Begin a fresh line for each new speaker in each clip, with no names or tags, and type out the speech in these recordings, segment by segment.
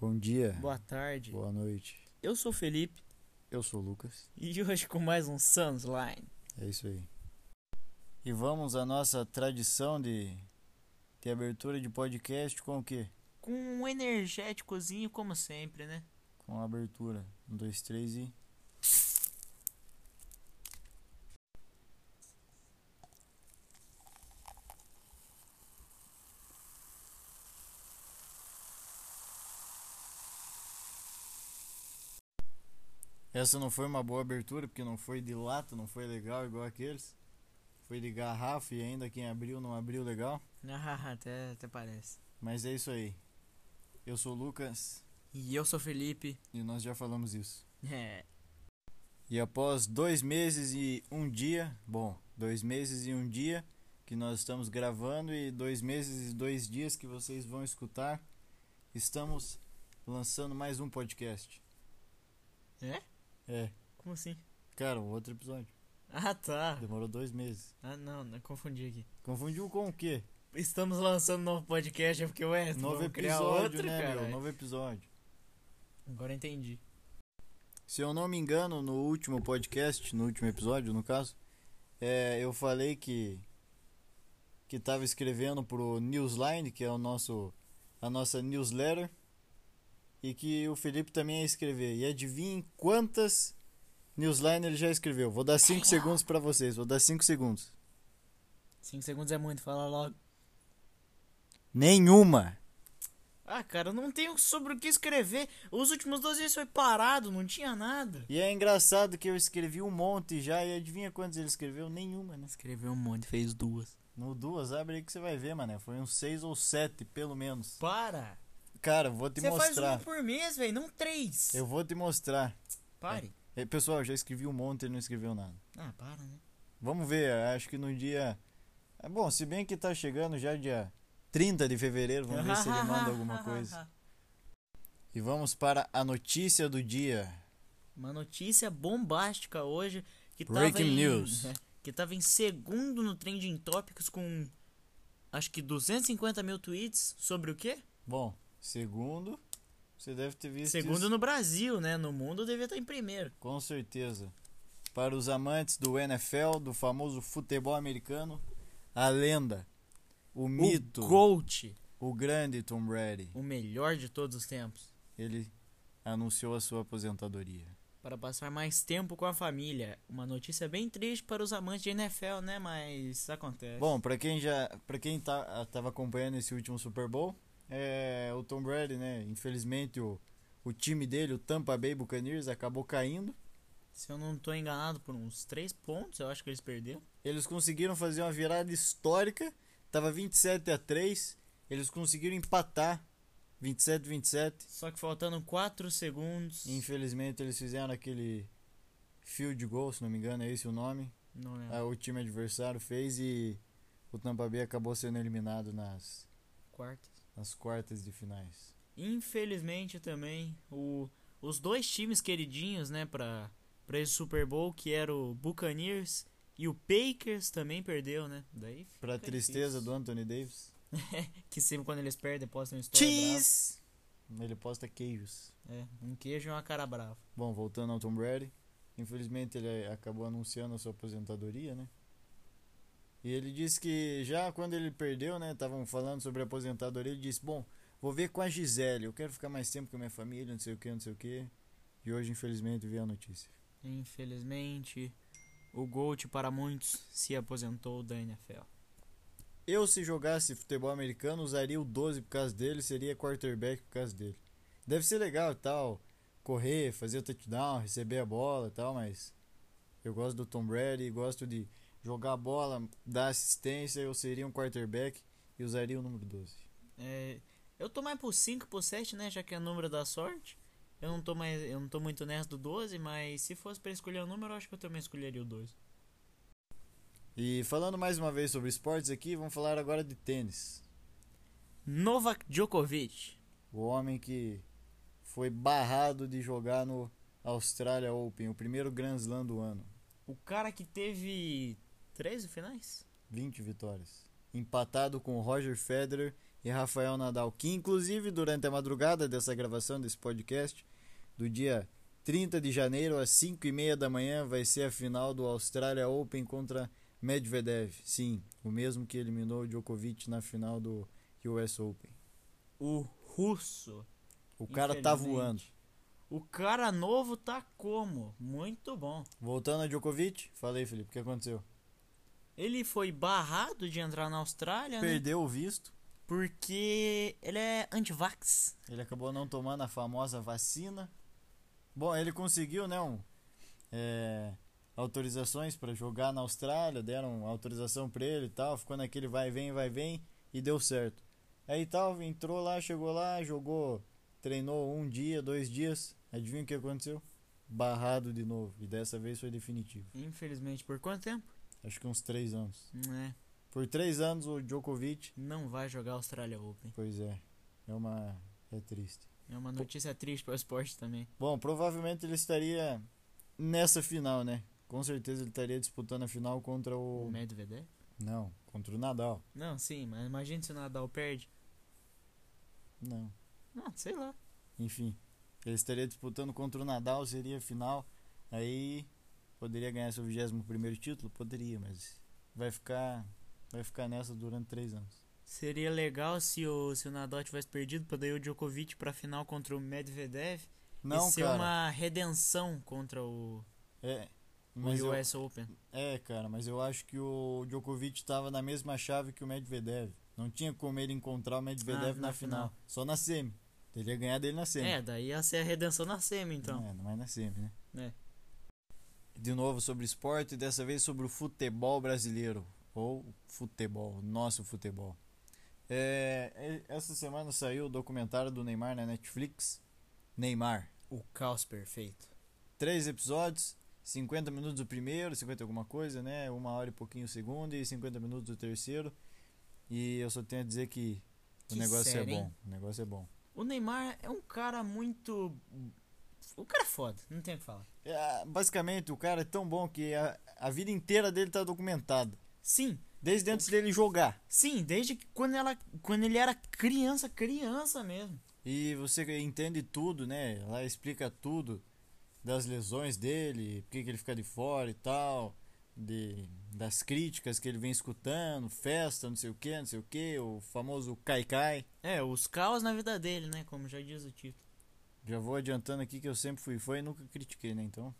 Bom dia.
Boa tarde.
Boa noite.
Eu sou o Felipe
Eu sou o Lucas.
e hoje com mais um Sunsline.
É isso aí. E vamos à nossa tradição de ter abertura de podcast com o quê?
Com um energéticozinho como sempre, né?
Com a abertura. Um, dois, três e. Essa não foi uma boa abertura, porque não foi de lata, não foi legal igual aqueles. Foi de garrafa e ainda quem abriu não abriu legal.
Ah, até, até parece.
Mas é isso aí. Eu sou o Lucas
E eu sou o Felipe.
e nós já falamos isso.
É.
E após dois meses e um dia, bom, dois meses e um dia que nós estamos gravando e dois meses e dois dias que vocês vão escutar, estamos lançando mais um podcast.
É?
É,
Como assim?
cara, um outro episódio.
Ah, tá.
Demorou dois meses.
Ah, não, não confundi aqui.
Confundiu com o quê?
Estamos lançando um novo podcast, é porque, ué,
Novo
vamos criar
episódio,
outro,
né,
cara.
meu? Novo episódio.
Agora eu entendi.
Se eu não me engano, no último podcast, no último episódio, no caso, é, eu falei que que estava escrevendo pro Newsline, que é o nosso a nossa newsletter, e que o Felipe também ia escrever. E adivinhe quantas newsline ele já escreveu? Vou dar 5 segundos para vocês, vou dar 5 segundos.
5 segundos é muito, fala logo.
Nenhuma.
Ah, cara, eu não tenho sobre o que escrever. Os últimos dois dias foi parado, não tinha nada.
E é engraçado que eu escrevi um monte já e adivinha quantas ele escreveu? Nenhuma, né?
Escreveu um monte, fez duas.
No duas, abre aí que você vai ver, mané. Foi uns 6 ou 7, pelo menos.
Para!
Cara, vou te
Você faz um
mostrar.
uma por mês, velho, não três.
Eu vou te mostrar.
Pare.
Eh, Pessoal, já escrevi um monte e não escreveu nada.
Ah, para, né?
Vamos ver, acho que no dia. é Bom, se bem que tá chegando já dia 30 de fevereiro, vamos ver se ele manda alguma coisa. E vamos para a notícia do dia.
Uma notícia bombástica hoje que tava
Breaking
em,
news.
é, que tava em segundo no Trending Topics com acho que 250 mil tweets sobre o quê?
Bom, segundo, você deve ter visto.
Segundo
isso,
no Brasil, né? No mundo devia estar em primeiro.
Com certeza. Para os amantes do NFL, do famoso futebol americano, a lenda, o, mito,
O GOAT,
o grande Tom Brady,
o melhor de todos os tempos.
ele anunciou a sua aposentadoria.
Para passar mais tempo com a família. Uma notícia bem triste para os amantes de NFL, né? Mas acontece.
Bom, pra quem já, para quem tá, tava acompanhando esse último Super Bowl, é, o Tom Brady, né? Infelizmente o, o time dele, o Tampa Bay Buccaneers, acabou caindo.
Se eu não tô enganado por uns três pontos, eu acho que eles perderam.
Eles conseguiram fazer uma virada histórica. Tava 27 a 3. Eles conseguiram empatar 27 27.
Só que faltando 4 segundos.
Infelizmente eles fizeram aquele field goal, se não me engano, é esse o nome.
Não né? lembro.
Ah, o time adversário fez e o Tampa Bay acabou sendo eliminado nas,
Quartas.
nas quartas de finais.
Infelizmente também, o, os dois times queridinhos, né, pra, pra esse Super Bowl, que era o Buccaneers e o Packers também perdeu, né? Daí fica
Pra tristeza
difícil.
do Anthony Davis.
Que sempre quando eles perdem, postam história
Cheese! Ele posta queijos.
brava. É, um queijo e uma cara brava.
Bom, voltando ao Tom Brady. Infelizmente ele acabou anunciando a sua aposentadoria, né? E ele disse que já quando ele perdeu, né? Estavam falando sobre a aposentadoria. Ele disse: Bom, vou ver com a Gisele. Eu quero ficar mais tempo com a minha família, não sei o que, não sei o que. E hoje, infelizmente, veio a notícia.
Infelizmente, o Gold para muitos se aposentou da NFL.
Eu, se jogasse futebol americano, usaria o 12 por causa dele, seria quarterback por causa dele. Deve ser legal e tal, correr, fazer o touchdown, receber a bola e tal, mas eu gosto do Tom Brady, gosto de jogar a bola, dar assistência, eu seria um quarterback e usaria o número 12.
É, eu tô mais pro 5, pro 7, né? Já que é o número da sorte. Eu não tô mais. Eu não tô muito nessa do 12, mas se fosse pra escolher o número, eu acho que eu também escolheria o 12.
E falando mais uma vez sobre esportes aqui, vamos falar agora de tênis.
Novak Djokovic.
O homem que foi barrado de jogar no Australia Open, o primeiro Grand Slam do ano.
O cara que teve 13 finais?
20 vitórias. Empatado com o Roger Federer e Rafael Nadal, que inclusive durante a madrugada dessa gravação desse podcast, do dia 30 de janeiro às 5 e meia da manhã, vai ser a final do Australia Open contra Medvedev. Sim, o mesmo que eliminou o Djokovic na final do US Open.
O russo.
O cara tá
Infelizmente.
voando.
O cara novo tá como? Muito bom.
Voltando a Djokovic, falei, Felipe, o que aconteceu?
Ele foi barrado de entrar na Austrália, né?
Perdeu o visto.
Porque ele é antivax.
Ele acabou não tomando a famosa vacina. Bom, ele conseguiu, né, um, é, autorizações para jogar na Austrália, deram autorização para ele e tal, ficou naquele vai vem, vai vem e deu certo. Aí tal, entrou lá, chegou lá, jogou, treinou um dia, dois dias. Adivinha o que aconteceu? Barrado de novo. E dessa vez foi definitivo.
Infelizmente, por quanto tempo?
Acho que uns três anos.
É,
Por três anos o Djokovic.
não vai jogar a Austrália Open.
Pois é. É uma. É triste.
É uma notícia triste para o esporte também.
Bom, provavelmente ele estaria nessa final, né? Com certeza ele estaria disputando a final contra
O
o.
Medvedev?
Não, contra o Nadal.
Hum. Não, sim, mas imagina se o Nadal perde.
Não.
Não, sei lá.
Enfim. Ele estaria disputando contra o Nadal, seria a final. Aí poderia ganhar seu 21 título? Poderia, mas vai ficar. Vai ficar nessa durante três anos.
Seria legal se o, se o Nadal tivesse perdido pra daí o Djokovic pra final contra o Medvedev.
Não,
e ser
cara.
é uma redenção contra o,
É.
o
Mas eu,
US Open.
é, cara, mas eu acho que o Djokovic estava na mesma chave que o Medvedev. Não tinha como ele encontrar o Medvedev
na
na final. Só na semi. Teria ganhado ele na semi.
É, daí ia ser a redenção na semi, então.
É, não é na semi, né?
É.
De novo sobre esporte, dessa vez sobre o futebol brasileiro. Ou futebol, nosso futebol. É, e- essa semana saiu o documentário do Neymar na Netflix. Neymar.
O caos perfeito.
Três episódios, 50 minutos o primeiro, 50 e alguma coisa, né? Uma hora e pouquinho o segundo e 50 minutos o terceiro. E eu só tenho a dizer que,
Que
o negócio
série,
é
hein?
bom. O negócio é bom.
O Neymar é um cara muito. O cara é foda, não tem o que falar.
É, basicamente, o cara é tão bom que a, a vida inteira dele tá documentada.
Sim,
Desde antes dele jogar.
sim, desde que quando, ela, quando ele era criança, criança mesmo.
E você entende tudo, né? Lá explica tudo das lesões dele, por que que ele fica de fora e tal, de, das críticas que ele vem escutando, festa, não sei o que, não sei o que, o famoso Kaikai.
É, os caos na vida dele, né? Como já diz o título.
Já vou adiantando aqui que eu sempre fui fã e nunca critiquei, né? Então,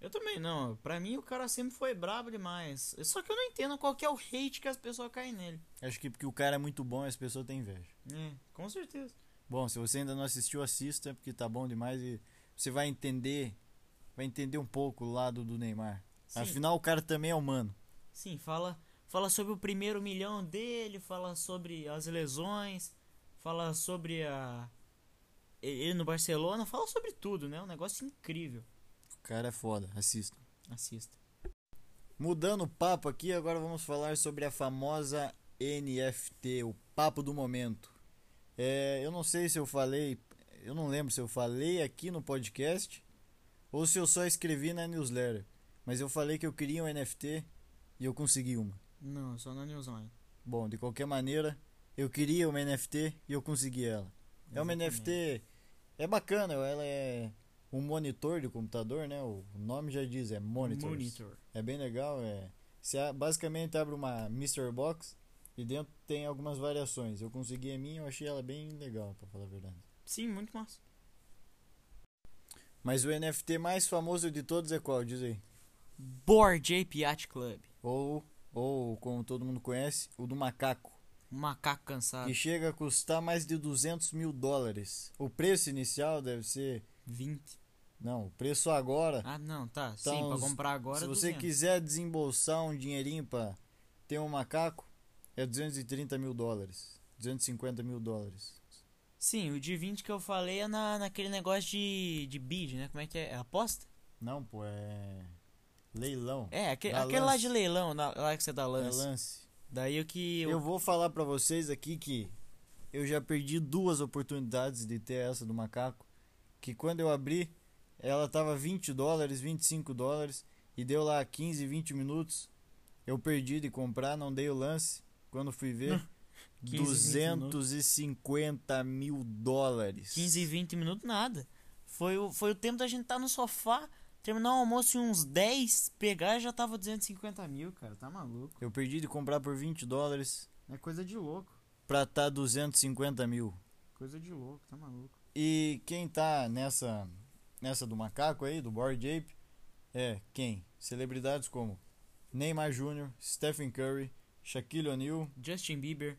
Eu também não, pra mim o cara sempre foi brabo demais. Só que eu não entendo qual que é o hate que as pessoas caem nele.
acho que porque o cara é muito bom e as pessoas têm inveja.
É, com certeza.
Bom, se você ainda não assistiu, assista, porque tá bom demais e você vai entender, vai entender um pouco o lado do Neymar.
Sim,
Afinal, o cara também é humano.
sim fala, fala sobre o primeiro milhão dele, fala sobre as lesões, fala sobre a. Ele no Barcelona, fala sobre tudo, né? Um negócio incrível.
O cara é foda, assista.
Assista.
Mudando o papo aqui, agora vamos falar sobre a famosa NFT, o papo do momento. É, eu não sei se eu falei, eu não lembro se eu falei aqui no podcast ou se eu só escrevi na newsletter, mas eu falei que eu queria um NFT e eu consegui uma.
Não, só na Newsline.
Bom, de qualquer maneira, eu queria uma NFT e eu consegui ela. É uma NFT, é bacana, ela é um monitor de computador, né? O nome já diz, é monitor.
Monitor.
É bem legal, é. Você a- basicamente abre uma Mystery Box e dentro tem algumas variações. Eu consegui a minha, eu achei ela bem legal, pra falar a verdade.
Sim, muito massa.
Mas o NFT mais famoso de todos é qual? Diz aí.
Board Ape Yacht Club.
Ou, ou como todo mundo conhece, o do macaco.
Macaco cansado.
Que chega a custar mais de 200 mil dólares. O preço inicial deve ser.
20.
Não, o preço agora.
Ah, não, tá. Sim,
Então,
pra
se-
comprar agora.
se você
200.
quiser desembolsar um dinheirinho pra ter um macaco, é 230 mil dólares. 250 mil dólares.
Sim, o de 20 que eu falei é na, naquele negócio de, de bid, né? Como é que é? É aposta?
Não, pô, é. Leilão.
É, aque,
Dá
aquele lá
lance.
de leilão, na, lá que você dá
É
lance.
lance.
Daí o que.
Eu...
Eu...
vou falar pra vocês aqui que eu já perdi duas oportunidades de ter essa do macaco. Que quando eu abri, ela tava 20 dólares, 25 dólares. E deu lá 15, 20 minutos. Eu perdi de comprar, não dei o lance. Quando fui ver,
15, 20 minutos.
250 mil dólares.
15, 20 minutos, nada. Foi o, foi o tempo da gente estar no sofá, terminar o almoço em uns 10, pegar e já tava 250 mil, cara. Tá maluco.
Eu perdi de comprar por 20 dólares
É coisa de louco.
pra tá 250 mil.
Coisa de louco, tá maluco.
E quem tá nessa nessa do macaco aí, do Bored Ape, é quem? Celebridades como Neymar Jr., Stephen Curry, Shaquille O'Neal,
Justin Bieber,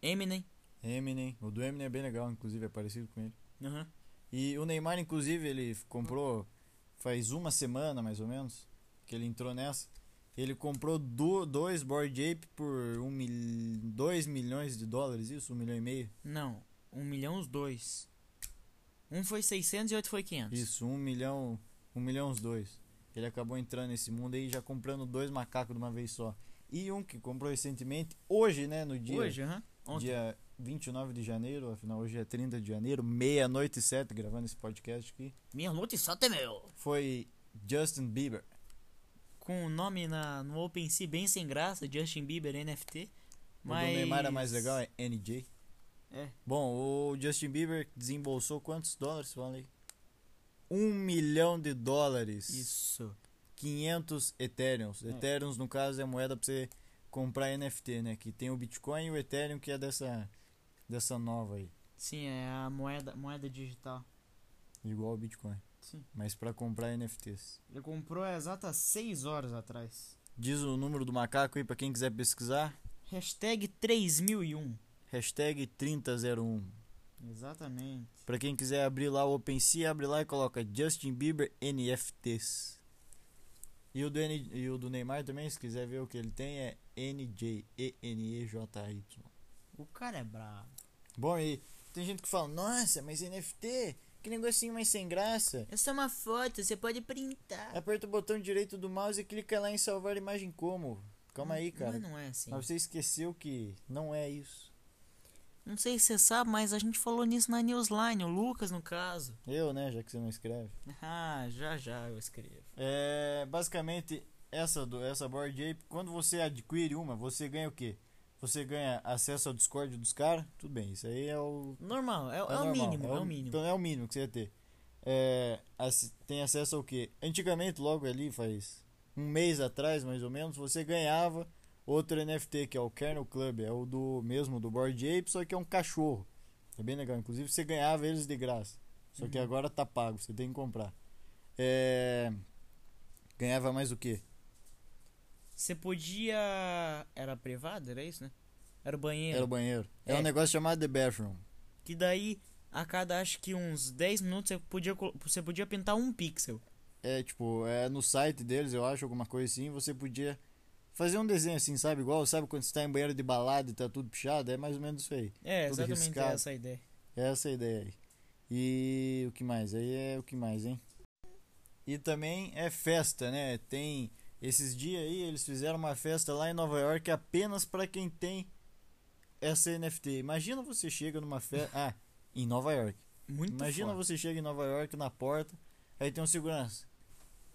Eminem.
Eminem. O do Eminem é bem legal, inclusive é parecido com ele.
Aham.
E o Neymar, inclusive, ele comprou faz uma semana mais ou menos que ele entrou nessa. Ele comprou do, dois Bored Ape por 2 um mil, dois milhões de dólares, isso? Um milhão e meio?
Não, um milhão os dois. Um foi 600 e outro foi 500.
Isso, um milhão, um milhão os dois. Ele acabou entrando nesse mundo aí já comprando dois macacos de uma vez só. E um que comprou recentemente, hoje, né, no dia,
Hoje, aham. Ontem.
dia 29 de janeiro, afinal hoje é 30 de janeiro, meia-noite e sete, gravando esse podcast aqui,
Minha luta só tem meu.
foi Justin Bieber.
Com o nome na, no OpenSea bem sem graça, Justin Bieber NFT.
O
Mas...
do Neymar é mais legal, é NJ.
É.
Bom, o Justin Bieber desembolsou quantos dólares, fala aí? Um milhão de dólares.
Isso.
500 Ethereums.
É.
Ethereums, no caso, é a moeda pra você comprar NFT, né? Que tem o Bitcoin e o Ethereum, que é dessa, dessa nova aí.
Sim, é a moeda, moeda digital.
Igual o Bitcoin.
Sim.
Mas pra comprar NFTs.
Ele comprou há exatas 6 horas atrás.
Diz o número do macaco aí pra quem quiser pesquisar.
Hashtag 3001.
Hashtag 3001.
Exatamente.
Pra quem quiser abrir lá o OpenSea, abre lá e coloca Justin Bieber NFTs. E o, do N- e o do Neymar também, se quiser ver o que ele tem, é NJ, E-N-E-J-Y.
O cara é brabo.
Bom, e tem gente que fala, nossa, mas NFT, que negocinho mais sem graça.
É só uma foto, você pode printar.
Aperta o botão direito do mouse e clica lá em salvar imagem como. Calma aí, cara.
Mas não é assim.
Mas você esqueceu que não é isso.
Não sei se você sabe, mas a gente falou nisso na Newsline, o Lucas no caso.
Eu, né, já que você não escreve.
Ah, já já eu escrevo.
É, basicamente, essa, do, essa Board Ape, quando você adquire uma, você ganha o quê? Você ganha acesso ao Discord dos caras? Tudo bem, isso aí é o.
Normal, é, é o
normal,
mínimo, é o mínimo.
Então é o mínimo que você ia ter. É, ac- tem acesso ao quê? Antigamente, logo ali, faz um mês atrás, mais ou menos, você ganhava outro NFT, que é o Kernel Club, é o do mesmo do Board Ape, só que é um cachorro. É bem legal. Inclusive, você ganhava eles de graça. Só que
Uhum.
agora tá pago, você tem que comprar. É, Ganhava mais o quê?
Você podia. Era privado, era isso, né? Era o banheiro.
Era o banheiro. É. um
É.
negócio chamado The Bathroom.
Que daí, a cada acho que uns 10 minutos, você podia, colo- você podia pintar um pixel.
É, tipo, é no site deles, eu acho, alguma coisa assim, você podia fazer um desenho assim, sabe? Igual, sabe quando você tá em banheiro de balada e tá tudo pichado? É mais ou menos isso aí.
É,
Tudo
exatamente
riscado.
essa a ideia.
É essa a ideia aí. E o que mais? Aí é o que mais, hein? E também é festa, né? Tem esses dias aí, eles fizeram uma festa lá em Nova York apenas pra quem tem essa NFT. Imagina você chega numa festa, ah, em Nova York.
Muito
Imagina
foda.
você chega em Nova York na porta, aí tem um segurança.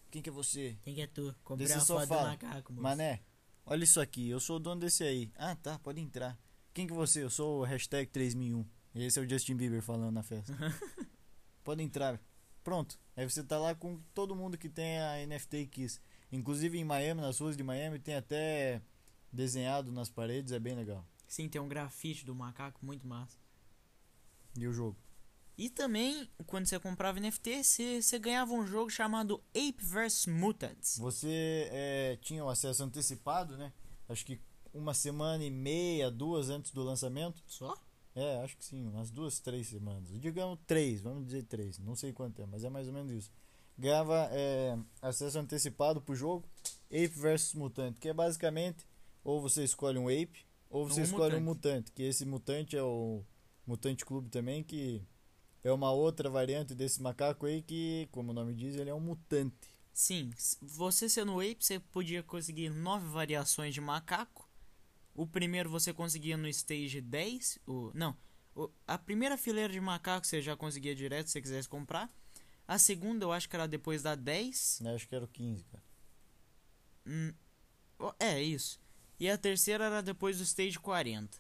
Quem que é você?
Quem que é tu? Comprei
Desse
a
só
foto do
fala.
macaco, moço.
Mané, olha isso aqui, eu sou o dono desse aí. Ah, tá, pode entrar. Quem que é você? Eu sou o hashtag 3001. Esse é o Justin Bieber falando na festa. pode entrar. Pronto. Aí você tá lá com todo mundo que tem a NFT e quis. Inclusive em Miami, nas ruas de Miami, tem até desenhado nas paredes, é bem legal.
Sim, tem um grafite do macaco muito massa.
E o jogo?
E também, quando você comprava NFT, você, você ganhava um jogo chamado Ape vs Mutants.
Você é, tinha o acesso antecipado, né? Acho que uma semana e meia, duas antes do lançamento.
Só?
É, acho que sim, umas duas, três semanas. Digamos três, vamos dizer três, não sei quanto é, mas é mais ou menos isso. Ganhava é, acesso antecipado pro jogo Ape versus Mutante, que é basicamente ou você escolhe um Ape ou você
Ou um
escolhe um mutante, que esse mutante é o Mutante Clube também, que é uma outra variante desse macaco aí que, como o nome diz, ele é um mutante.
Sim, s- você sendo Ape, você podia conseguir nove variações de macaco. O primeiro você conseguia no stage 10. O, não, o- a primeira fileira de macaco você já conseguia direto se você quisesse comprar. A segunda eu acho que era depois da 10.
Né? Acho que era o 15, cara.
Hum, ó, é isso. E a terceira era depois do stage 40.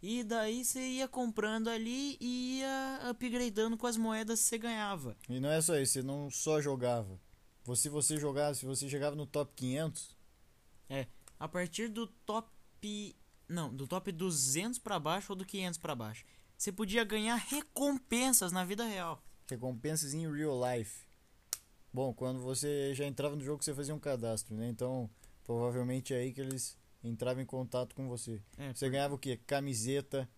E daí você ia comprando ali e ia upgradando com as moedas que você ganhava.
E não é só isso, você não só jogava. Você, você jogava, se você chegava no top 500,
É, A partir do top. Não, do top 200 pra baixo ou do 500 pra baixo. Você podia ganhar recompensas na vida real.
recompensas em real life. Bom, quando você já entrava no jogo, você fazia um cadastro, né? Então, provavelmente é aí que eles entravam em contato com você.
É,
Você ganhava o quê? Camiseta,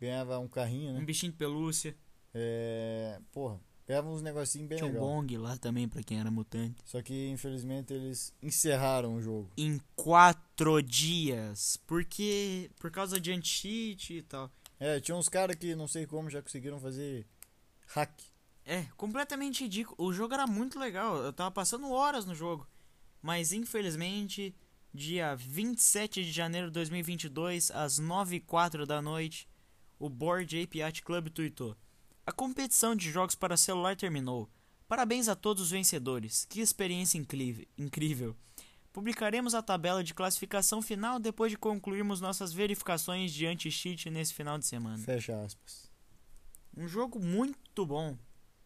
ganhava um carrinho,
um
né?
bichinho de pelúcia.
É, porra, ganhava uns negocinhos bem
Tinha um
legal.
bong lá também pra quem era mutante.
Só que, infelizmente, eles encerraram o jogo.
Em quatro dias. Porque. Por causa de anti-cheat e tal.
É, tinha uns caras que não sei como já conseguiram fazer hack.
É, completamente ridículo. O jogo era muito legal, eu tava passando horas no jogo. Mas infelizmente, dia 27 de janeiro de 2022, às 9 e 04 da noite, o Board Ape Yacht Club tweetou: A competição de jogos para celular terminou. Parabéns a todos os vencedores. Que experiência inclive- incrível. Publicaremos a tabela de classificação final depois de concluirmos nossas verificações de anti-cheat nesse final de semana.
Fecha aspas.
Um jogo muito bom.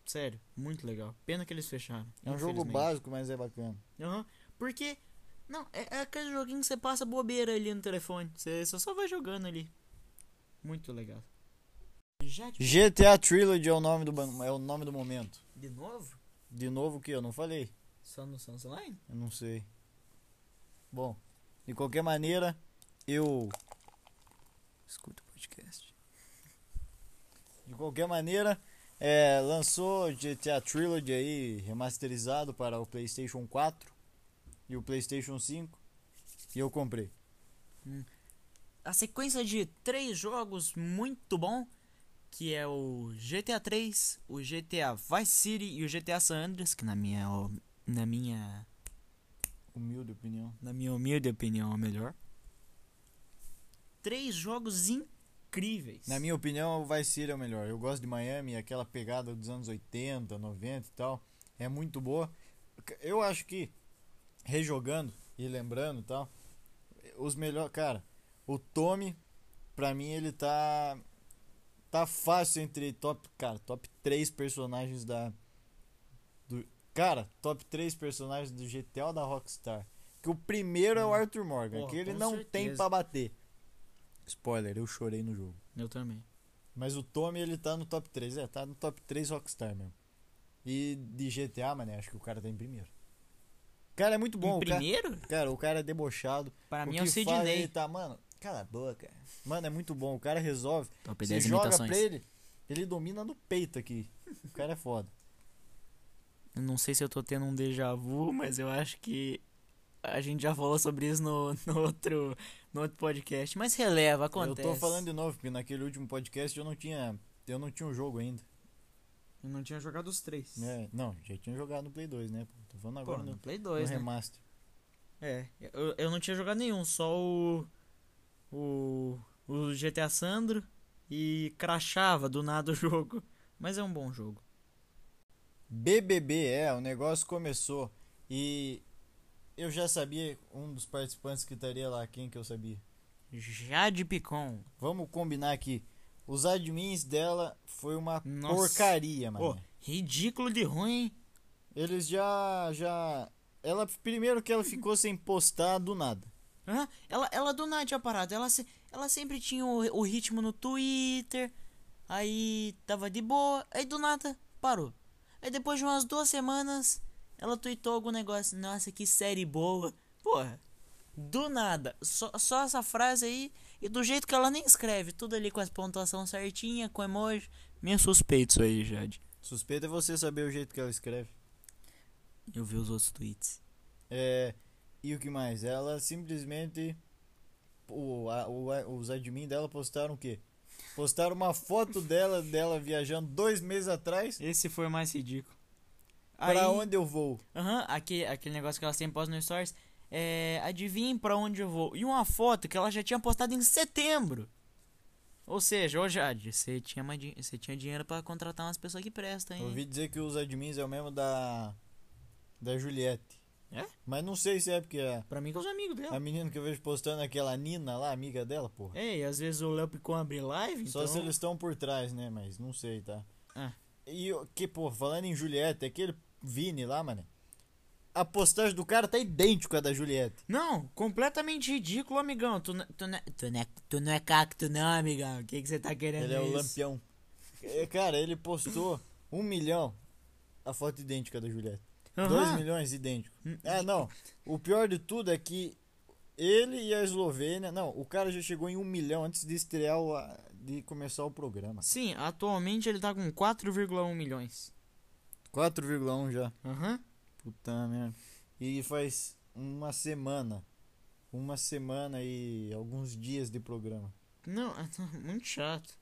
Sério, muito legal. Pena que eles fecharam.
É um jogo
infelizmente.
básico, mas é bacana.
Aham. Porque. Não, é, é aquele joguinho que você passa bobeira ali no telefone. Você só, só vai jogando ali. Muito legal. Já de,
GTA Trilogy é o nome do, ban- é o nome do momento.
de novo?
De novo o que eu não falei.
Só no Sans Online?
Eu não sei. Bom, de qualquer maneira, eu. Escuta o podcast. De qualquer maneira, é, lançou GTA Trilogy aí, remasterizado para o PlayStation 4 e o PlayStation 5. E eu comprei.
A sequência de três jogos muito bom. Que é o GTA 3, o GTA Vice City e o GTA San Andreas, que na minha. Na minha.
Humilde opinião.
na minha humilde opinião, é o melhor. Três jogos incríveis.
Na minha opinião, o Vice City é o melhor. Eu gosto de Miami, aquela pegada dos anos 80, 90 e tal. É muito boa. Eu acho que, rejogando e lembrando e tal, os melhores. Cara, o Tommy, pra mim, ele tá. Tá fácil entre top. Cara, top 3 personagens da. Do, cara, top 3 personagens do GTA ou da Rockstar. Que o primeiro é o
Hum.
Arthur Morgan,
Porra,
que ele
com
não tem
certeza.
pra bater. Spoiler, eu chorei no jogo.
Eu também.
Mas o Tommy, ele tá no top 3. É, tá no top 3 Rockstar mesmo. E de GTA, mano, acho que o cara tá em primeiro. Cara, é muito bom.
Em
o cara-
primeiro?
cara, o cara é debochado.
Para
o
mim é o
que faz,
Sidney.
ele tá, mano, cala a boca. Mano, é muito bom. O cara resolve.
Top
Você
10
joga
imitações.
pra ele, ele domina no peito aqui. O cara é foda.
Eu não sei se eu tô tendo um déjà vu, mas eu acho que a gente já falou sobre isso no, no outro, no outro podcast. Mas releva, acontece.
Eu tô falando de novo, porque naquele último podcast eu não tinha. Eu não tinha o jogo ainda.
Eu não tinha jogado os três.
né? Não, já tinha jogado no Play 2, né? pô? Tô falando
Pô,
agora
no
no,
Play
no
2, né?
remaster.
É, eu, eu não tinha jogado nenhum, só o. O. O GTA Sandro e crachava do nada o jogo. Mas é um bom jogo.
BBB, é, o negócio começou. E eu já sabia um dos participantes que estaria lá, quem que eu sabia?
Jade Picon.
Vamos combinar aqui. Os admins dela foi uma
Nossa.
porcaria, mano.
Pô, ridículo de ruim. hein?
Eles já já ela primeiro que ela ficou sem postar do nada.
Hã? Ela, ela do nada tinha parado. Ela, se- ela sempre tinha o, o ritmo no Twitter. Aí tava de boa. Aí do nada parou. Aí depois de umas duas semanas, ela tweetou algum negócio. Nossa, que série boa. Porra, do nada. Só, só essa frase aí. E do jeito que ela nem escreve. Tudo ali com as pontuações certinha, com emoji. Meio suspeito isso aí, Jade.
Suspeita é você saber o jeito que ela escreve.
Eu vi os outros tweets.
É, e o que mais? Ela simplesmente o, a- o- a- os admins dela postaram o quê? Postaram uma foto dela dela viajando dois meses atrás.
Esse foi o mais ridículo.
Pra onde eu vou?
Aham, aquele, aquele negócio que elas sempre postam no Stories. É. Adivinhem pra onde eu vou. E uma foto que ela já tinha postado em setembro. Ou seja, ô Jade, você tinha, mais din- você tinha dinheiro pra contratar umas pessoas que prestam, hein?
Eu ouvi dizer que os admins é o mesmo da da Juliette.
É?
Mas não sei se é porque a,
Pra mim que é os amigos dela.
a menina que eu vejo postando é aquela Nina lá, amiga dela, porra.
É, e às vezes o Léo Picon abre live, então...
Só se eles estão por trás, né? Mas não sei, tá?
Ah.
E o- que, pô, falando em Juliette, aquele Vini lá, mano. A postagem do cara tá idêntica à da Juliette.
Não, completamente ridículo, amigão. Tu, n- tu, n- tu, não é, tu não é cacto não, amigão. O que que você tá querendo
Ele é o
isso?
lampião. É, cara, ele postou um milhão a foto idêntica da Juliette.
Aham.
2 milhões idêntico. Ah, não. O pior de tudo é que ele e a Eslovênia. Não, o cara já chegou em 1 milhão antes de estrear o, a- de começar o programa.
Sim, atualmente ele tá com 4,1 milhões.
4,1 já.
Aham.
Puta merda. E faz uma semana. Uma semana e alguns dias de programa.
Não, é muito chato.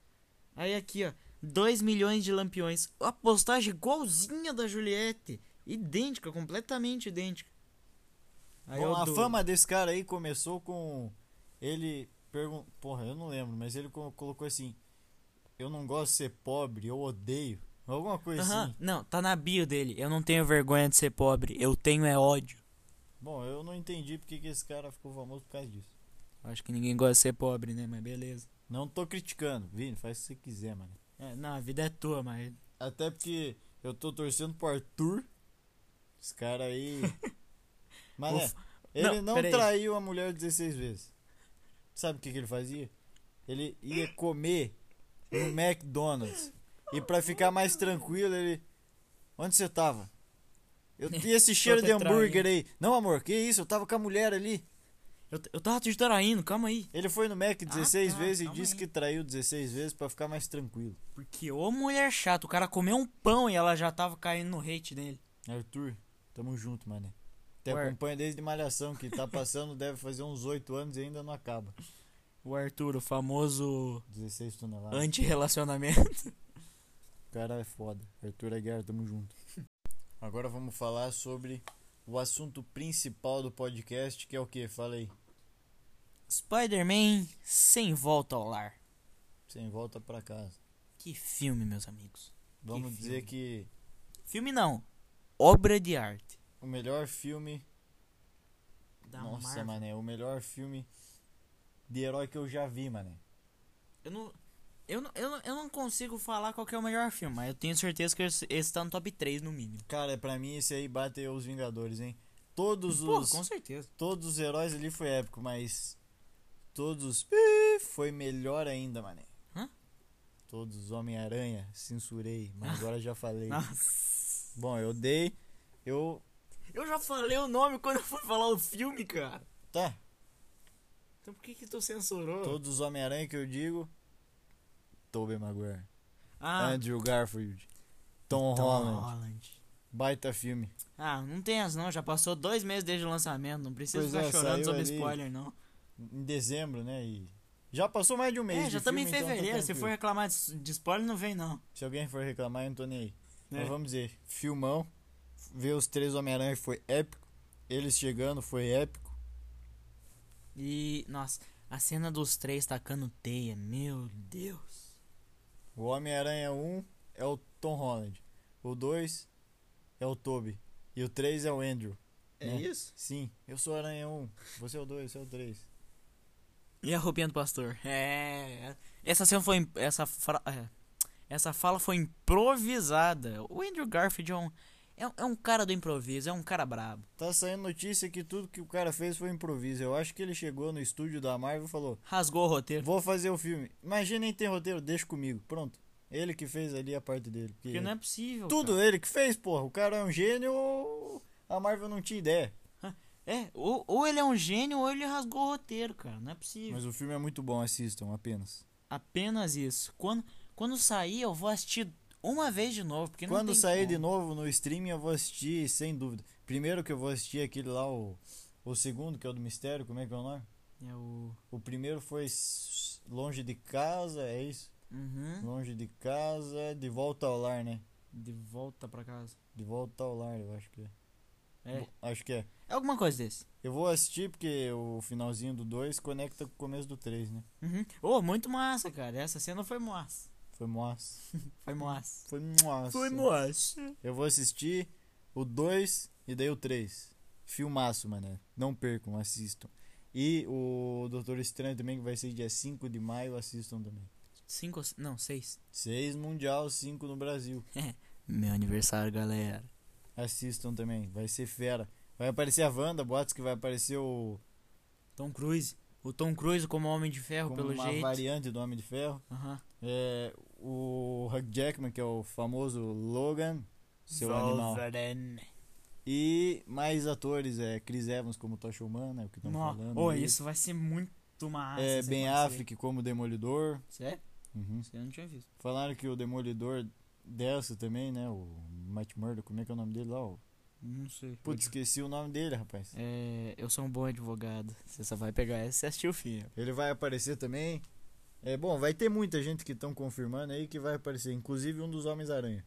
Aí aqui, ó. 2 milhões de lampiões. A postagem igualzinha da Juliette. Idêntica, completamente idêntica. Aí é
Bom,
eu
a
dou-
fama desse cara aí começou com. Ele. Pergun Porra, eu não lembro, mas ele co- colocou assim: Eu não gosto de ser pobre, eu odeio. Alguma coisa
Aham,
assim.
Não, tá na bio dele. Eu não tenho vergonha de ser pobre. Eu tenho é ódio.
Bom, eu não entendi porque que esse cara ficou famoso por causa disso.
Acho que ninguém gosta de ser pobre, né? Mas beleza.
Não tô criticando, Vini, faz o que você quiser, mano.
É, não, a vida é tua, mas.
Até porque eu tô torcendo pro Arthur. Esse cara aí. Mas é,
Ufa.
ele
Não,
não,
peraí.
traiu a mulher 16 vezes. Sabe o que, que ele fazia? Ele ia comer no McDonald's. E pra ficar mais tranquilo, ele. Onde você tava? Eu tinha esse cheiro de
tetraindo.
hambúrguer aí. Não, amor, que isso? Eu tava com a mulher ali.
Eu, eu tava te traindo, calma aí.
Ele foi no Mac 16
tá,
vezes e
calma
disse
aí.
que traiu 16 vezes pra ficar mais tranquilo.
Porque, ô mulher chata, o cara comeu um pão e ela já tava caindo no hate dele.
Arthur, tamo junto, mané. Te
Ué.
acompanha desde Malhação, que tá passando, deve fazer uns 8 anos e ainda não acaba.
O Arthur, o famoso
16 toneladas.
anti-relacionamento.
O cara é foda. Arthur Aguiar, tamo junto. Agora vamos falar sobre o assunto principal do podcast, que é o que? Fala aí.
Spider-Man sem volta ao lar.
Sem volta pra casa.
Que filme, meus amigos.
Vamos
filme.
dizer que
Filme não. Obra de arte.
o melhor filme.
Da
nossa,
Marvel.
mané. O melhor filme de herói que eu já vi, mané.
Eu não. Eu não, eu, não, eu não consigo falar qual que é o melhor filme, mas eu tenho certeza que esse, esse tá no top 3 no mínimo.
Cara, pra mim esse aí bate os Vingadores, hein? Todos
Pô,
os
com certeza.
todos os heróis ali foi épico, mas todos os pi foi melhor ainda, mané.
Hã?
Todos os Homem-Aranha, censurei, mas agora já falei.
Ah. Nossa.
Bom, eu dei, eu
Eu já falei o nome quando eu fui falar o filme, cara.
tá,
Então por que que tu censurou?
todos os Homem-Aranha que eu digo, Tobey Maguire,
Ah,
Andrew Garfield, é Tom,
Tom
Holland,
Holland.
baita filme.
Ah, não tem as não, já passou dois meses desde o lançamento, não precisa
Pois
ficar
é,
chorando
saiu
sobre
ali.
spoiler, não.
Em dezembro, né? E já passou mais de um mês.
É, já
de
estamos em
filme, então tá
fevereiro, se
tranquilo.
for reclamar de, de spoiler, não vem não.
Se alguém for reclamar, eu não tô nem aí.
É.
Mas vamos dizer, filmão. Ver os três Homem-Aranha foi épico. Eles chegando foi épico.
E, nossa, a cena dos três tacando teia, meu Deus.
O Homem-Aranha 1 é o Tom Holland. O 2 é o Toby. E o 3 é o Andrew. né?
isso?
Sim, eu sou o Aranha 1. Você é o 2, você é o 3.
E a roupinha do pastor? É. Essa cena foi. im- Essa, fra- é, essa fala foi improvisada. O Andrew Garfield é um, é, um- é um cara do improviso, é um cara brabo.
Tá saindo notícia que tudo que o cara fez foi improviso. Eu acho que ele chegou no estúdio da Marvel e falou:
Rasgou o roteiro.
Vou fazer o filme. Imagina nem tem roteiro, deixa comigo. Pronto. Ele que fez ali a parte dele. porque-
Porque não é possível.
Tudo ele que fez, porra. O cara é um gênio ou a Marvel não tinha ideia.
cara. É, ou, ou ele é um gênio ou ele rasgou o roteiro, cara. Não é possível.
Mas o filme é muito bom, assistam apenas.
Apenas isso. Quando, quando sair, eu vou assistir uma vez de novo. Porque não
Quando
tem
sair
como.
de novo no streaming, eu vou assistir sem dúvida. Primeiro que eu vou assistir aquele lá, o, o segundo, que é o do mistério, como é que é o nome?
É o.
O primeiro foi S- Longe de Casa, é isso?
Uhum.
Longe de Casa, De Volta ao Lar, né?
De volta pra casa.
De Volta ao Lar, eu acho que é.
É.
Bo- Acho que é.
É alguma coisa desse.
Eu vou assistir porque o finalzinho do 2 conecta com o começo do 3, né?
Uhum. Oh, muito massa, cara. Essa cena foi massa.
Foi moás.
Foi massa.
Foi moás.
massa.
Eu vou assistir o 2 e daí o 3. Filmaço, mano. Não percam, assistam. E o Doutor Estranho também, que vai ser dia 5 de maio, assistam também.
Cinco, ou se- não, seis.
6 Mundial, 5 no Brasil.
Meu aniversário, galera.
Assistam também, vai ser fera. Vai aparecer a Wanda, boatos que vai aparecer o.
Tom Cruise. O Tom Cruise como Homem de Ferro,
Como
pelo
uma
jeito.
variante do Homem de Ferro.
Aham.
É, o Hugh Jackman, que é o famoso Logan, seu animal.
Wolverine.
E mais atores, é Chris Evans como Tocha Humana, é o que estão
Nó.
falando.
Ô,
aí.
isso vai ser muito massa.
É,
essa
Ben
série.
Affleck como Demolidor.
Sério?
Uhum.
Isso eu não tinha visto.
Falaram que o Demolidor dessa também, né? O Matt Murdock, como é que é o nome dele lá? O-
Não sei.
Putz, esqueci o nome dele, rapaz.
É, eu sou um bom advogado. Você só vai pegar essa e assistir o filme.
Ele vai aparecer também. É bom, vai ter muita gente que estão confirmando aí que vai aparecer, inclusive um dos Homens-Aranhas.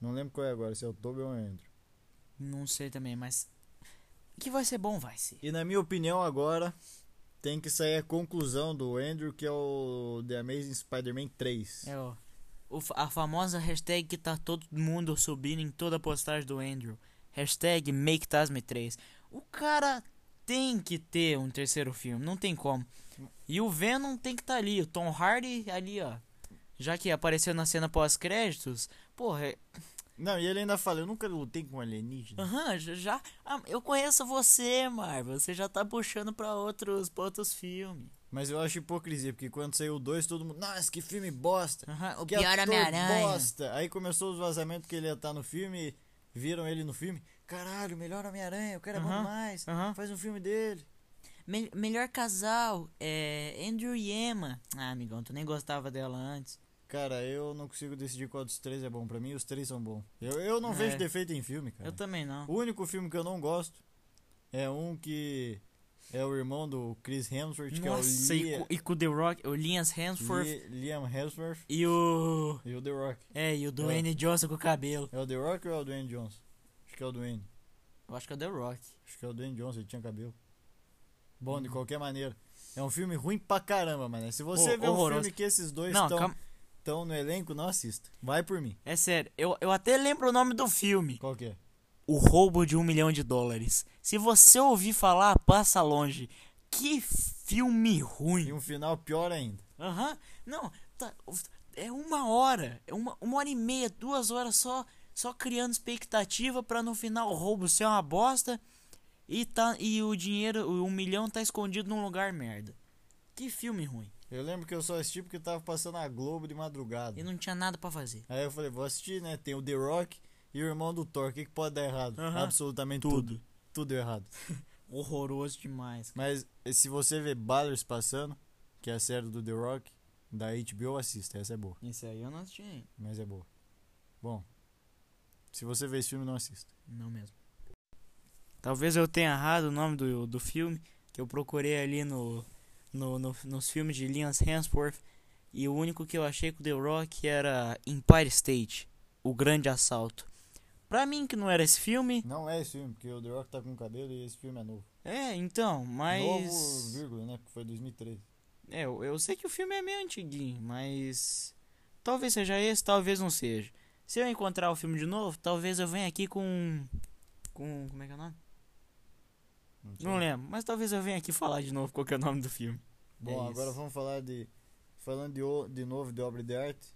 Não lembro qual é agora, se é o Tobey ou o Andrew.
Não sei também, mas. Que vai ser bom, vai ser.
E na minha opinião agora tem que sair a conclusão do Andrew, que é o The Amazing Spider-Man 3.
É, ó. O fa- a famosa hashtag que tá todo mundo subindo em toda a postagem do Andrew. Hashtag MakeTasme3. O cara tem que ter um terceiro filme, não tem como. E o Venom tem que estar tá ali, o Tom Hardy ali, ó. Já que apareceu na cena pós-créditos, porra, é-
Não, e ele ainda fala, eu nunca lutei com um alienígena.
Aham, já. já- ah, eu conheço você, Marvel. Você já tá puxando pra outros, pra outros filmes.
Mas eu acho hipocrisia, porque quando saiu o 2, todo mundo, nossa, que filme bosta.
Aham, o
Que
pior
ator
Homem-Aranha.
bosta. Aí começou os vazamentos que ele ia estar no filme, viram ele no filme. Caralho, melhor Homem-Aranha, o cara é bom
Aham,
demais.
aham.
Faz um filme dele.
Me- melhor casal é Andrew e Emma. Ah, amigão, tu nem gostava dela antes.
Cara, eu não consigo decidir qual dos três é bom. Pra mim, os três são bons. Eu, eu não
É.
vejo defeito em filme, cara.
Eu também não.
O único filme que eu não gosto é um que é o irmão do Chris Hemsworth,
Nossa,
que
e,
é o
co- e com o The Rock, o Liam
Lia-
Hemsworth
Li- Liam Hemsworth
e o.
e o The Rock.
É, e o Dwayne Johnson com o cabelo.
É o The Rock ou é o Dwayne Johnson? Acho que é o Dwayne.
Eu acho que é o The Rock.
Acho que é o Dwayne Johnson, ele tinha cabelo. Bom,
Uhum.
de qualquer maneira. É um filme ruim pra caramba, mano. Se você
Ho-
vê um
horroroso.
filme que esses dois
Não,
estão
calma.
tão no elenco, não assista. Vai por mim.
É sério, eu, eu até lembro o nome do filme.
Qual que é?
O roubo de um milhão de dólares. Se você ouvir falar, passa longe. Que filme
E
ruim.
um final pior ainda.
Aham. Não, tá- é uma hora. É uma, uma hora e meia, duas horas só só criando expectativa pra no final o roubo ser uma bosta e, tá, e o dinheiro, o um milhão tá escondido num lugar merda. Que filme ruim.
Eu lembro que eu só assisti porque tava passando a Globo de madrugada.
E não tinha nada pra fazer.
Aí eu falei, vou assistir, né? Tem o The Rock e o irmão do Thor. O que, que pode dar errado?
Aham.
Absolutamente tudo. tudo. errado.
Horroroso demais.
Mas eh, se você vê Ballers passando, que é a série do The Rock, da HBO, assista. Essa é boa.
Isso aí eu não assisti ainda.
Mas é boa. Bom, se você vê esse filme, não assista.
Não mesmo. Talvez eu tenha errado o nome do, do filme, que eu procurei ali no, no, no- nos filmes de Liam Hemsworth, e o único que eu achei com The Rock era Empire State, O Grande Assalto. Pra mim que não era esse filme,
Não é esse filme, porque o The Rock tá com cabelo e esse filme é novo.
é, então,
Novo,
mas...
vírgula, né? Porque foi 2013.
É, eu, eu sei que o filme é meio antiguinho, mas... Talvez seja esse, talvez não seja. Se eu encontrar o filme de novo, talvez eu venha aqui com... Com... Como é que é o nome?
sei.
Não lembro, mas talvez eu venha aqui falar de novo qual que é o nome do filme.
Bom,
É
agora
isso.
vamos falar de. Falando de, o- de novo de obra de arte.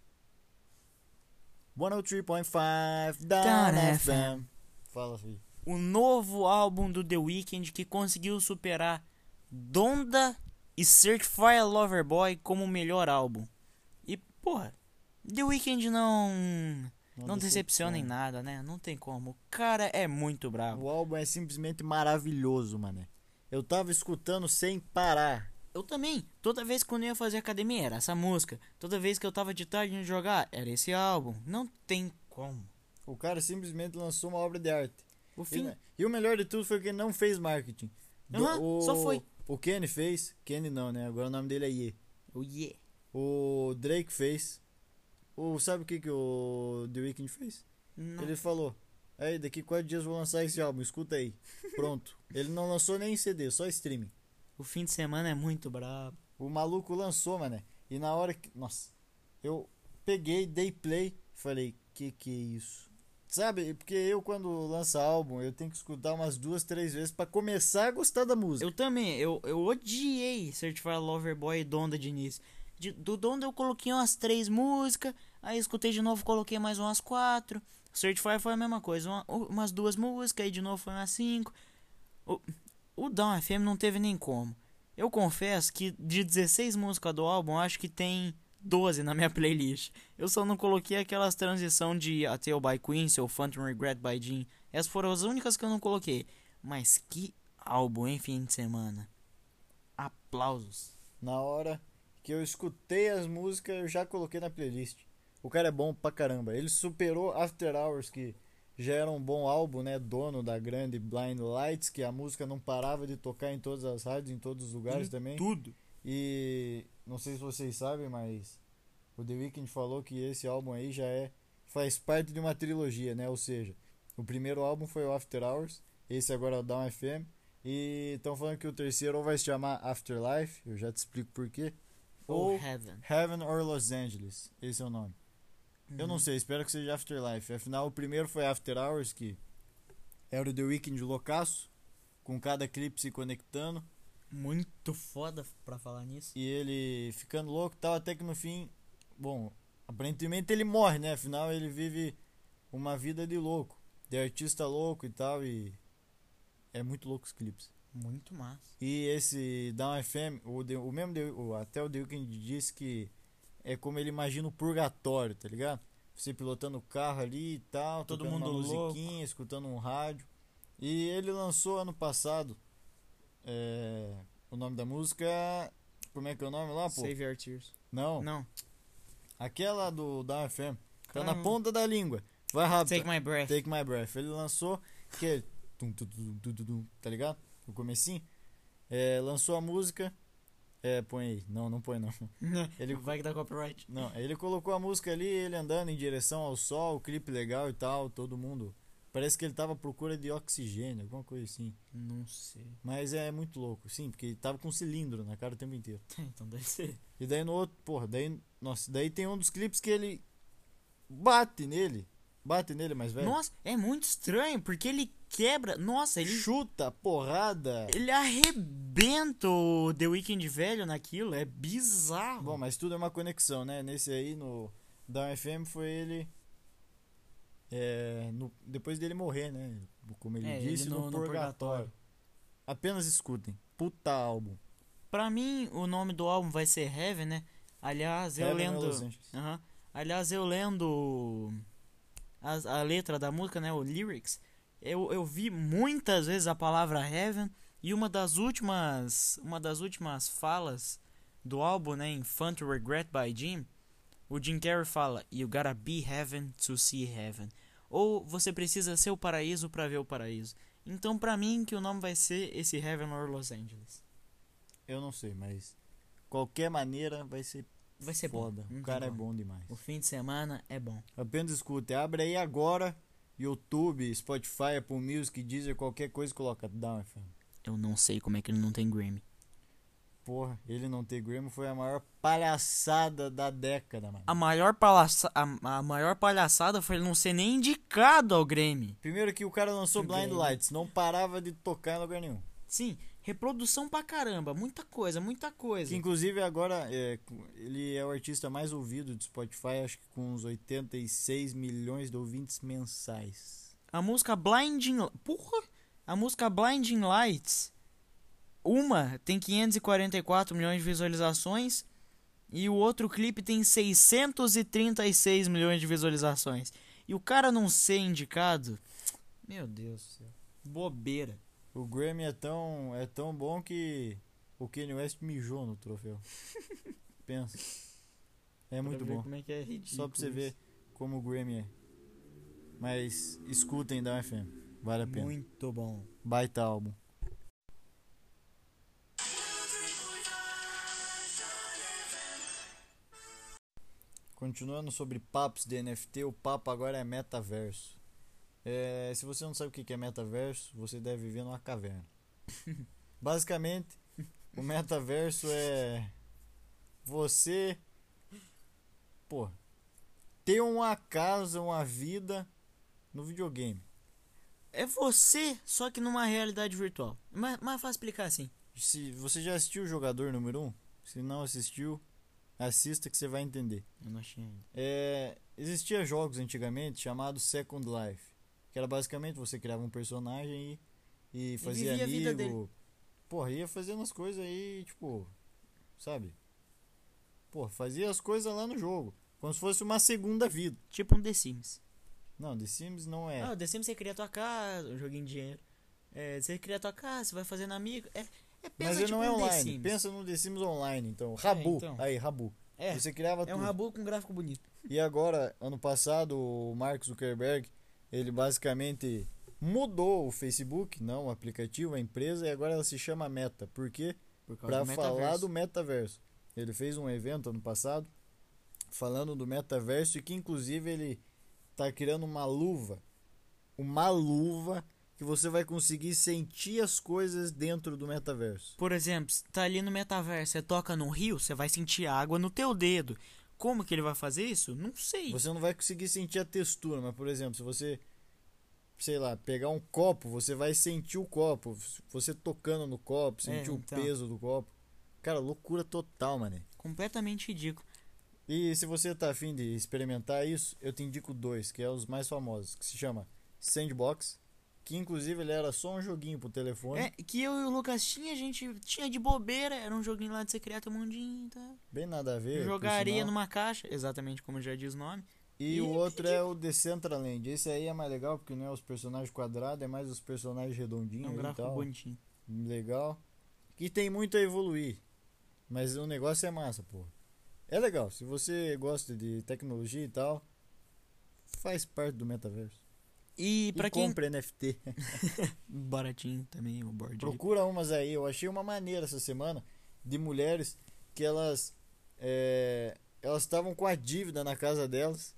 103.5 Down
Down
FM. Fala, filho.
O novo álbum do The Weeknd que conseguiu superar Donda e Certified Lover Boy como o melhor álbum. E, porra, The Weeknd não. Não decepciona em nada, né? Não tem como. O cara é muito bravo.
O álbum é simplesmente maravilhoso, mané. Eu tava escutando sem parar.
Eu também. Toda vez que eu ia fazer academia era essa música. Toda vez que eu tava de tarde indo jogar era esse álbum. Não tem como.
O cara simplesmente lançou uma obra de arte.
O
E,
fim.
né, e o melhor de tudo foi que ele não fez marketing. Do-
Aham,
o,
só foi.
O Kenny fez. Kenny não, né? Agora o nome dele é Ye.
Oh yeah.
O Drake fez. O, sabe o que, que o The Weeknd fez?
Não.
Ele falou: Aí, daqui quatro dias eu vou lançar esse álbum, escuta aí. Pronto. Ele não lançou nem CD, só streaming.
O fim de semana é muito brabo.
O maluco lançou, mané. E na hora que. Nossa. Eu peguei, dei play, falei: Que que é isso? Sabe, porque eu quando lanço álbum, eu tenho que escutar umas duas, três vezes pra começar a gostar da música.
Eu também, eu, eu odiei Certified Lover Boy e Donda de início. De- do Donda eu coloquei umas três músicas, aí escutei de novo, coloquei mais umas quatro. Certified foi a mesma coisa, uma- u- umas duas músicas, aí de novo foi umas cinco. O, o Down FM não teve nem como. Eu confesso que de 16 músicas do álbum, eu acho que tem 12 na minha playlist. Eu só não coloquei aquelas transição de A Tale by Quincy ou Phantom Regret by Jean. Essas foram as únicas que eu não coloquei. Mas que álbum, hein, fim de semana. Aplausos.
Na hora que eu escutei as músicas, eu já coloquei na playlist. O cara é bom pra caramba. Ele superou After Hours, que já era um bom álbum, né? Dono da grande Blind Lights, que a música não parava de tocar em todas as rádios, em todos os lugares também.
Tudo.
E não sei se vocês sabem, mas o The Weeknd falou que esse álbum aí já é faz parte de uma trilogia, né? Ou seja, o primeiro álbum foi o After Hours, esse agora é o Down FM, e estão falando que o terceiro ou vai se chamar Afterlife, eu já te explico por quê,
Oh,
ou
Heaven.
Heaven or Los Angeles, esse é o nome. Eu
Uhum.
não sei, espero que seja Afterlife. Afinal, o primeiro foi After Hours, que era o The Weeknd loucaço, com cada clipe se conectando.
Uhum. Muito foda pra falar nisso.
E ele ficando louco e tal, até que no fim, bom, aparentemente ele morre, né? Afinal, ele vive uma vida de louco, de artista louco e tal, e é muito louco os clipes.
Muito massa.
E esse Down FM, o, The- o mesmo, The- o, até o The Weeknd disse que é como ele imagina o purgatório, tá ligado? Você pilotando o carro ali e tal,
Todo
tocando uma
mundo louco.
musiquinha, escutando um rádio. E ele lançou ano passado é, o nome da música. Como é que é o nome lá, pô?
Save Your Tears.
Não,
Não.
aquela do Down FM. Tá na
Caramba.
ponta da língua. Vai rápido.
Take My Breath.
Take My Breath. Ele lançou que é tum, tum, tum, tum, tum, tum, tá ligado? No comecinho. É, lançou a música. É, põe aí. Não, não põe não. Ele-
Vai que dá copyright.
Não, ele colocou a música ali, ele andando em direção ao sol, o clipe legal e tal, todo mundo. Parece que ele tava à procura de oxigênio, alguma coisa assim.
Não sei.
Mas é muito louco, sim, porque ele tava com um cilindro na cara o tempo inteiro.
Então deve ser.
E daí no outro, porra, daí, nossa, daí tem um dos clipes que ele bate nele. Bate nele, mas velho.
Nossa, é muito estranho, porque ele quebra. Nossa, ele
Chuta, porrada.
Ele arrebenta o The Weeknd velho naquilo, é bizarro.
Bom, mas tudo é uma conexão, né? Nesse aí, no Down FM, foi ele. é, no- depois dele morrer, né? Como ele
É, ele
disse, no,
no- no
purgatório.
purgatório.
Apenas escutem. Puta álbum.
pra mim, o nome do álbum vai ser Heaven, né? Aliás, eu
Heaven é or Los
lendo.
Angeles.
Aham. Aliás, eu lendo as- a, letra da música, né? O lyrics. Eu, eu vi muitas vezes a palavra Heaven. E uma das últimas. Uma das últimas falas do álbum, né? Em Fun to Regret by Jim. O Jim Carrey fala: You gotta be heaven to see heaven. Ou você precisa ser o paraíso pra ver o paraíso. Então, pra mim, que o nome vai ser esse Heaven or Los Angeles.
Eu não sei, mas. Qualquer maneira vai ser
Vai ser
foda.
bom. Não
o
tem
cara é
como.
bom demais.
O fim de semana é bom.
Apenas escutem. Abre aí agora. YouTube, Spotify, Apple Music, Deezer, qualquer coisa, coloca Down FM.
Eu não sei como é que ele não tem Grammy.
Porra, ele não ter Grammy foi a maior palhaçada da década, mano.
A maior, palhaça a, a maior palhaçada foi ele não ser nem indicado ao Grammy.
Primeiro que o cara lançou Blind
Grammy.
Lights, não parava de tocar em lugar nenhum.
Sim, reprodução pra caramba. Muita coisa, muita coisa.
Que inclusive agora é, cu- ele é o artista mais ouvido do Spotify, acho que com uns 86 milhões de ouvintes mensais.
A música Blinding... Porra! A música Blinding Lights. Uma tem 544 milhões de visualizações. E o outro clipe tem 636 milhões de visualizações. E o cara não ser indicado... Meu Deus do céu. Bobeira.
O Grammy é tão, é tão bom que o Kanye West mijou no troféu. Pensa. É muito bom.
Como é que é
Só pra você ver como o Grammy é. Mas escutem da FM. Vale a pena.
Muito bom.
Baita álbum. Continuando sobre papos de NFT, o papo agora é metaverso. É, se você não sabe o que que é metaverso, você deve viver numa caverna. Basicamente, o metaverso é você pô, ter uma casa, uma vida no videogame.
É você, só que numa realidade virtual. Mas, mas fácil explicar assim.
Se você já assistiu o jogador número 1, um? se não assistiu, assista que você vai entender.
Eu não achei ainda.
É, existia jogos antigamente chamados Second Life, que era basicamente você criava um personagem e, e fazia
vivia a vida
amigo. Porra, ia fazendo as coisas aí, tipo, sabe? Porra, fazia as coisas lá no jogo, como se fosse uma segunda vida.
Tipo um The Sims.
Não, The Sims não é.
Ah, o The Sims você cria tua casa, um joguinho de dinheiro. É, você cria tua casa, você vai fazendo amigo. É, é pensa
Mas ele
tipo
não é
um The
online.
Sims.
Pensa no The Sims online, então. Rabu.
então.
Aí, Rabu.
É,
Você criava
é um
tudo.
rabu com gráfico bonito.
E agora, ano passado, o Mark Zuckerberg, ele basicamente mudou o Facebook, não o aplicativo, a empresa, e agora ela se chama Meta. Por quê?
Por causa
Pra
do
falar
metaverso.
do metaverso. Ele fez um evento ano passado falando do metaverso e que inclusive ele tá criando uma luva. Uma luva que você vai conseguir sentir as coisas dentro do metaverso.
Por exemplo, você tá ali no metaverso, você toca num rio, você vai sentir água no teu dedo. Como que ele vai fazer isso? Não sei.
Você não vai conseguir sentir a textura, mas por exemplo, se você, sei lá, pegar um copo, você vai sentir o copo. Você tocando no copo, sentir o
então.
peso do copo. Cara, loucura total, mané.
Completamente ridículo.
E se você tá afim de experimentar isso, eu te indico dois, que é os mais famosos, que se chama Sandbox, que inclusive ele era só um joguinho pro telefone,
É, que eu e o Lucas tinha, a gente tinha de bobeira, era um joguinho lá de você criar teu mundinho e tal.
bem nada a ver. por
Jogaria
sinal.
numa caixa, exatamente como já diz o nome.
E o
Ih,
outro é o Decentraland. Esse aí é mais legal porque não é os personagens quadrados, é mais os personagens
É
redondinhos
um
e
gráfico
tal.
bonitinho.
Legal. Que tem muito a evoluir. Mas o negócio é massa, pô. É legal. Se você gosta de tecnologia e tal, faz parte do metaverso.
E
E
pra quem.
compra NFT.
Baratinho também, o board.
Procura umas aí. Eu achei uma maneira essa semana de mulheres que elas é, elas estavam com a dívida na casa delas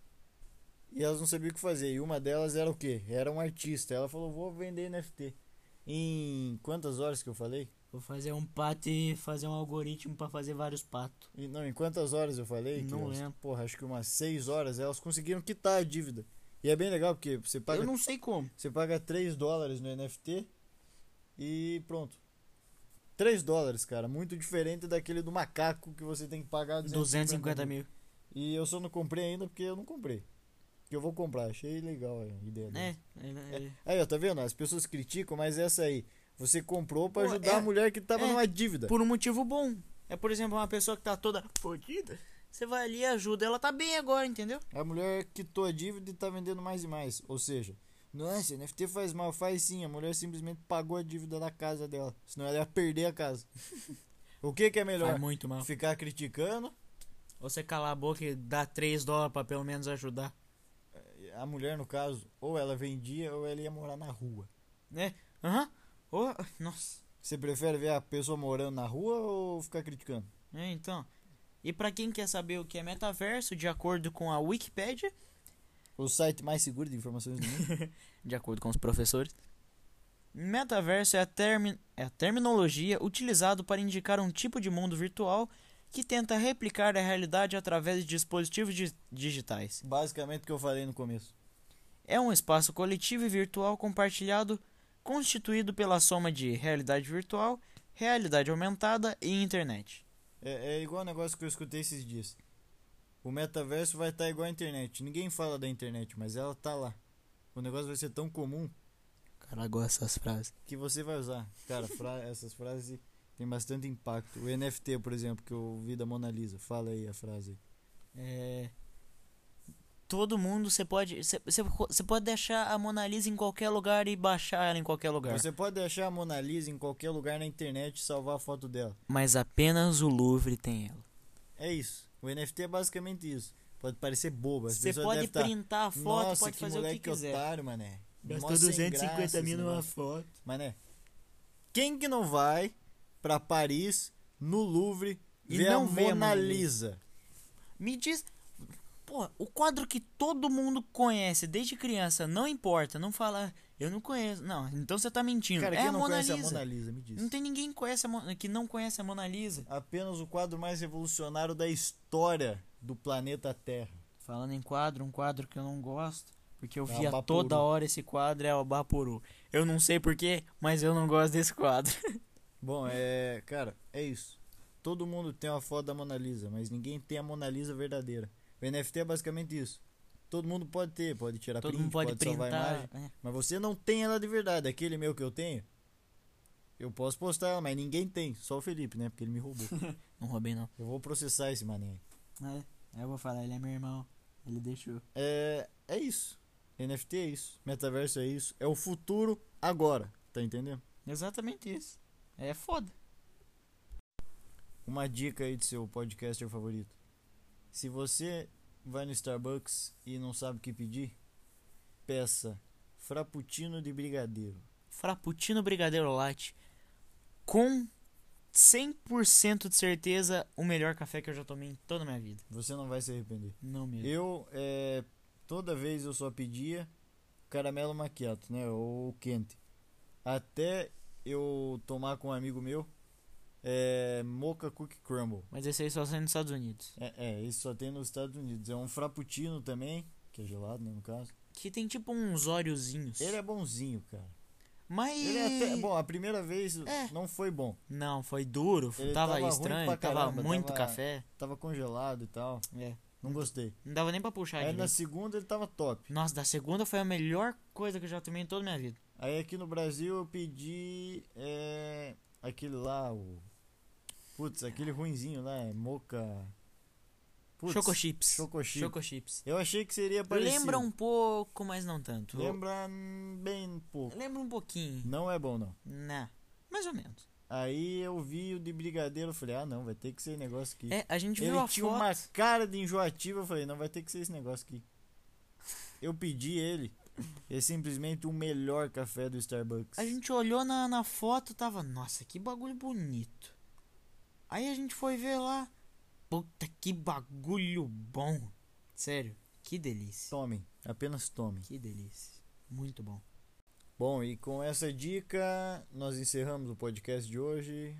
e elas não sabiam o que fazer. E uma delas era o quê? Era um artista. Ela falou: "Vou vender NFT". Em quantas horas que eu falei?
Vou fazer um pato e fazer um algoritmo pra fazer vários patos.
E- Não, em quantas horas eu falei? que
Não
elas-
lembro.
Porra, acho que umas 6 horas elas conseguiram quitar a dívida. E é bem legal porque você paga,
Eu não sei como.
você paga 3 dólares no NFT e pronto. 3 dólares, cara. Muito diferente daquele do macaco que você tem que pagar
250 mil.
E eu só não comprei ainda porque eu não comprei. Que eu vou comprar. Achei legal a ideia.
É,
dele.
é, é.
Aí, ó, tá vendo? As pessoas criticam, mas essa aí. Você comprou pra
Pô,
ajudar
é-
a mulher que tava
é.
numa dívida.
por um motivo bom. É, por exemplo, uma pessoa que tá toda fodida, você vai ali e ajuda. Ela tá bem agora, entendeu?
A mulher quitou a dívida e tá vendendo mais e mais. Ou seja, é, nossa, NFT faz mal, faz sim. A mulher simplesmente pagou a dívida da casa dela. Senão ela ia perder a casa. o que, que é melhor?
Faz muito mal.
Ficar criticando
Ou Você calar a boca e dá 3 dólares pra pelo menos ajudar.
a mulher, no caso, ou ela vendia ou ela ia morar na rua.
Né? Aham. Ô, nossa.
Você prefere ver a pessoa morando na rua ou ficar criticando?
É, então. E pra quem quer saber o que é metaverso, de acordo com a Wikipédia,
O site mais seguro de informações do mundo?
de acordo com os professores, metaverso é a, termi é a terminologia utilizada para indicar um tipo de mundo virtual que tenta replicar a realidade através de dispositivos di- digitais.
Basicamente o que eu falei no começo.
É um espaço coletivo e virtual compartilhado, constituído pela soma de realidade virtual, realidade aumentada e internet.
É, é igual o negócio que eu escutei esses dias. O metaverso vai estar igual a internet. Ninguém fala da internet, mas ela tá lá. O negócio vai ser tão comum
Cara, gosta dessas frases.
que você vai usar. Cara, fra- essas frases têm bastante impacto. O NFT, por exemplo, que eu ouvi da Mona Lisa. Fala aí a frase.
É. Todo mundo, você pode. Você você pode deixar a Mona Lisa em qualquer lugar e baixar ela em qualquer lugar.
Você pode achar a Mona Lisa em qualquer lugar na internet e salvar a foto dela.
Mas apenas o Louvre tem ela.
É isso. O NFT é basicamente isso. Pode parecer bobo. As
Você
pessoas
pode
devem tá,
printar a foto,
Nossa,
pode
que
fazer o que
moleque
quiser.
otário, mané.
Gastou
Mó sem
250
graça
mil
esse
numa
negócio."
foto.
Mané, quem que não vai pra Paris, no Louvre,
E
ver
não
a
vê a
Mona
Mona
Lisa?
Me diz. Porra, o quadro que todo mundo conhece desde criança, não importa, não fala, "Ah, eu não conheço. Não, então você tá mentindo.
Cara,
é
quem
a
não
Mona
conhece
Lisa.
a Mona Lisa, me diz.
Não tem ninguém que, conhece a Mo- que não conhece a Mona Lisa.
Apenas o quadro mais revolucionário da história do planeta Terra.
Falando em quadro, um quadro que eu não gosto, Porque
É o
eu via
Abaporu.
toda hora esse quadro é o Abaporu. Eu não sei porquê, mas eu não gosto desse quadro.
Bom, é. Cara, é isso. Todo mundo tem uma foto da Mona Lisa, mas ninguém tem a Mona Lisa verdadeira. O NFT é basicamente isso. Todo mundo pode ter, pode tirar
Todo
É print,
mundo pode,
salvar a
printar. É.
imagem. Mas você não tem ela de verdade. Aquele meu que eu tenho, eu posso postar ela, mas ninguém tem. Só o Felipe, né? Porque ele me roubou.
é. Não roubei, não.
eu vou processar esse mané.
É, eu vou falar, ele é meu irmão. Ele deixou.
É, é isso. NFT é isso. Metaverso é isso. É o futuro agora. Tá entendendo?
Exatamente isso. É foda.
Uma dica aí de seu podcaster favorito. Se você vai no Starbucks e não sabe o que pedir, peça frappuccino de brigadeiro.
Frappuccino Brigadeiro Latte. Com 100% de certeza, o melhor café que eu já tomei em toda a minha vida.
Você não vai se arrepender.
Não mesmo.
Eu, é, toda vez eu só pedia caramelo macchiato, né? Ou quente. Até eu tomar com um amigo meu, é, mocha cookie crumble.
Mas esse aí só sai nos Estados Unidos.
É, é, isso só tem nos Estados Unidos. É um frappuccino também, que é gelado, né, no caso.
Que tem tipo uns óleozinhos.
Ele é bonzinho, cara.
Mas.
Ele é até, bom, a primeira vez
É.
não foi bom.
Não, foi duro.
Ele
tava,
tava ruim
estranho.
pra
tava
caramba,
muito
tava-
café.
Tava congelado e tal.
É.
Não gostei.
Não dava nem pra puxar
Aí na
direito.
segunda ele tava top.
Nossa, da segunda foi a melhor coisa que eu já tomei em toda a minha vida.
Aí aqui no Brasil eu pedi é, aquele lá, o. Putz, aquele ruinzinho lá, é moca. Putz,
Choco chips.
Choco chip.
Choco chips.
Eu achei que seria parecido.
Lembra um pouco, mas não tanto.
Lembra hum, bem pouco.
Lembra um pouquinho.
Não é bom, não.
Né. Mais ou menos.
Aí eu vi o de brigadeiro, eu falei, ah não, vai ter que ser esse negócio aqui.
É, a gente viu
Ele
a
tinha
foto.
uma cara de enjoativo, eu falei, não, vai ter que ser esse negócio aqui. Eu pedi ele. É simplesmente o melhor café do Starbucks.
A gente olhou na, na foto, tava, nossa, que bagulho bonito. Aí a gente foi ver lá. Puta, que bagulho bom. Sério, que delícia.
Tomem, apenas tomem.
Que delícia. Muito bom.
Bom, e com essa dica, nós encerramos o podcast de hoje.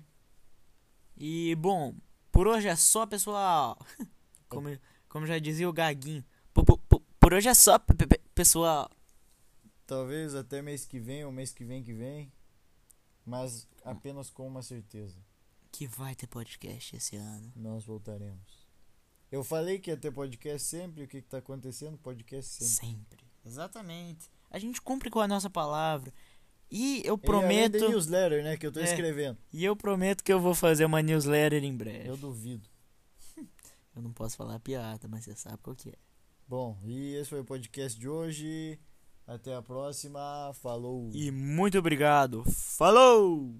E bom, por hoje é só, pessoal. Como, como já dizia o Gaguinho. po- po- po- Por hoje é só, pe- pe- pessoal.
Talvez até mês que vem ou mês que vem que vem. Mas apenas com uma certeza,
Que vai ter podcast esse ano.
nós voltaremos. Eu falei que ia ter podcast sempre, o que que tá acontecendo? Podcast sempre.
Sempre. Exatamente. A gente cumpre com a nossa palavra. E eu
E além da
prometo.
newsletter, né, que eu tô
É.
escrevendo.
E eu prometo que eu vou fazer uma newsletter em breve.
Eu duvido.
Eu não posso falar piada, mas você sabe qual que é.
Bom, e esse foi o podcast de hoje. Até a próxima. Falou.
E muito obrigado. Falou!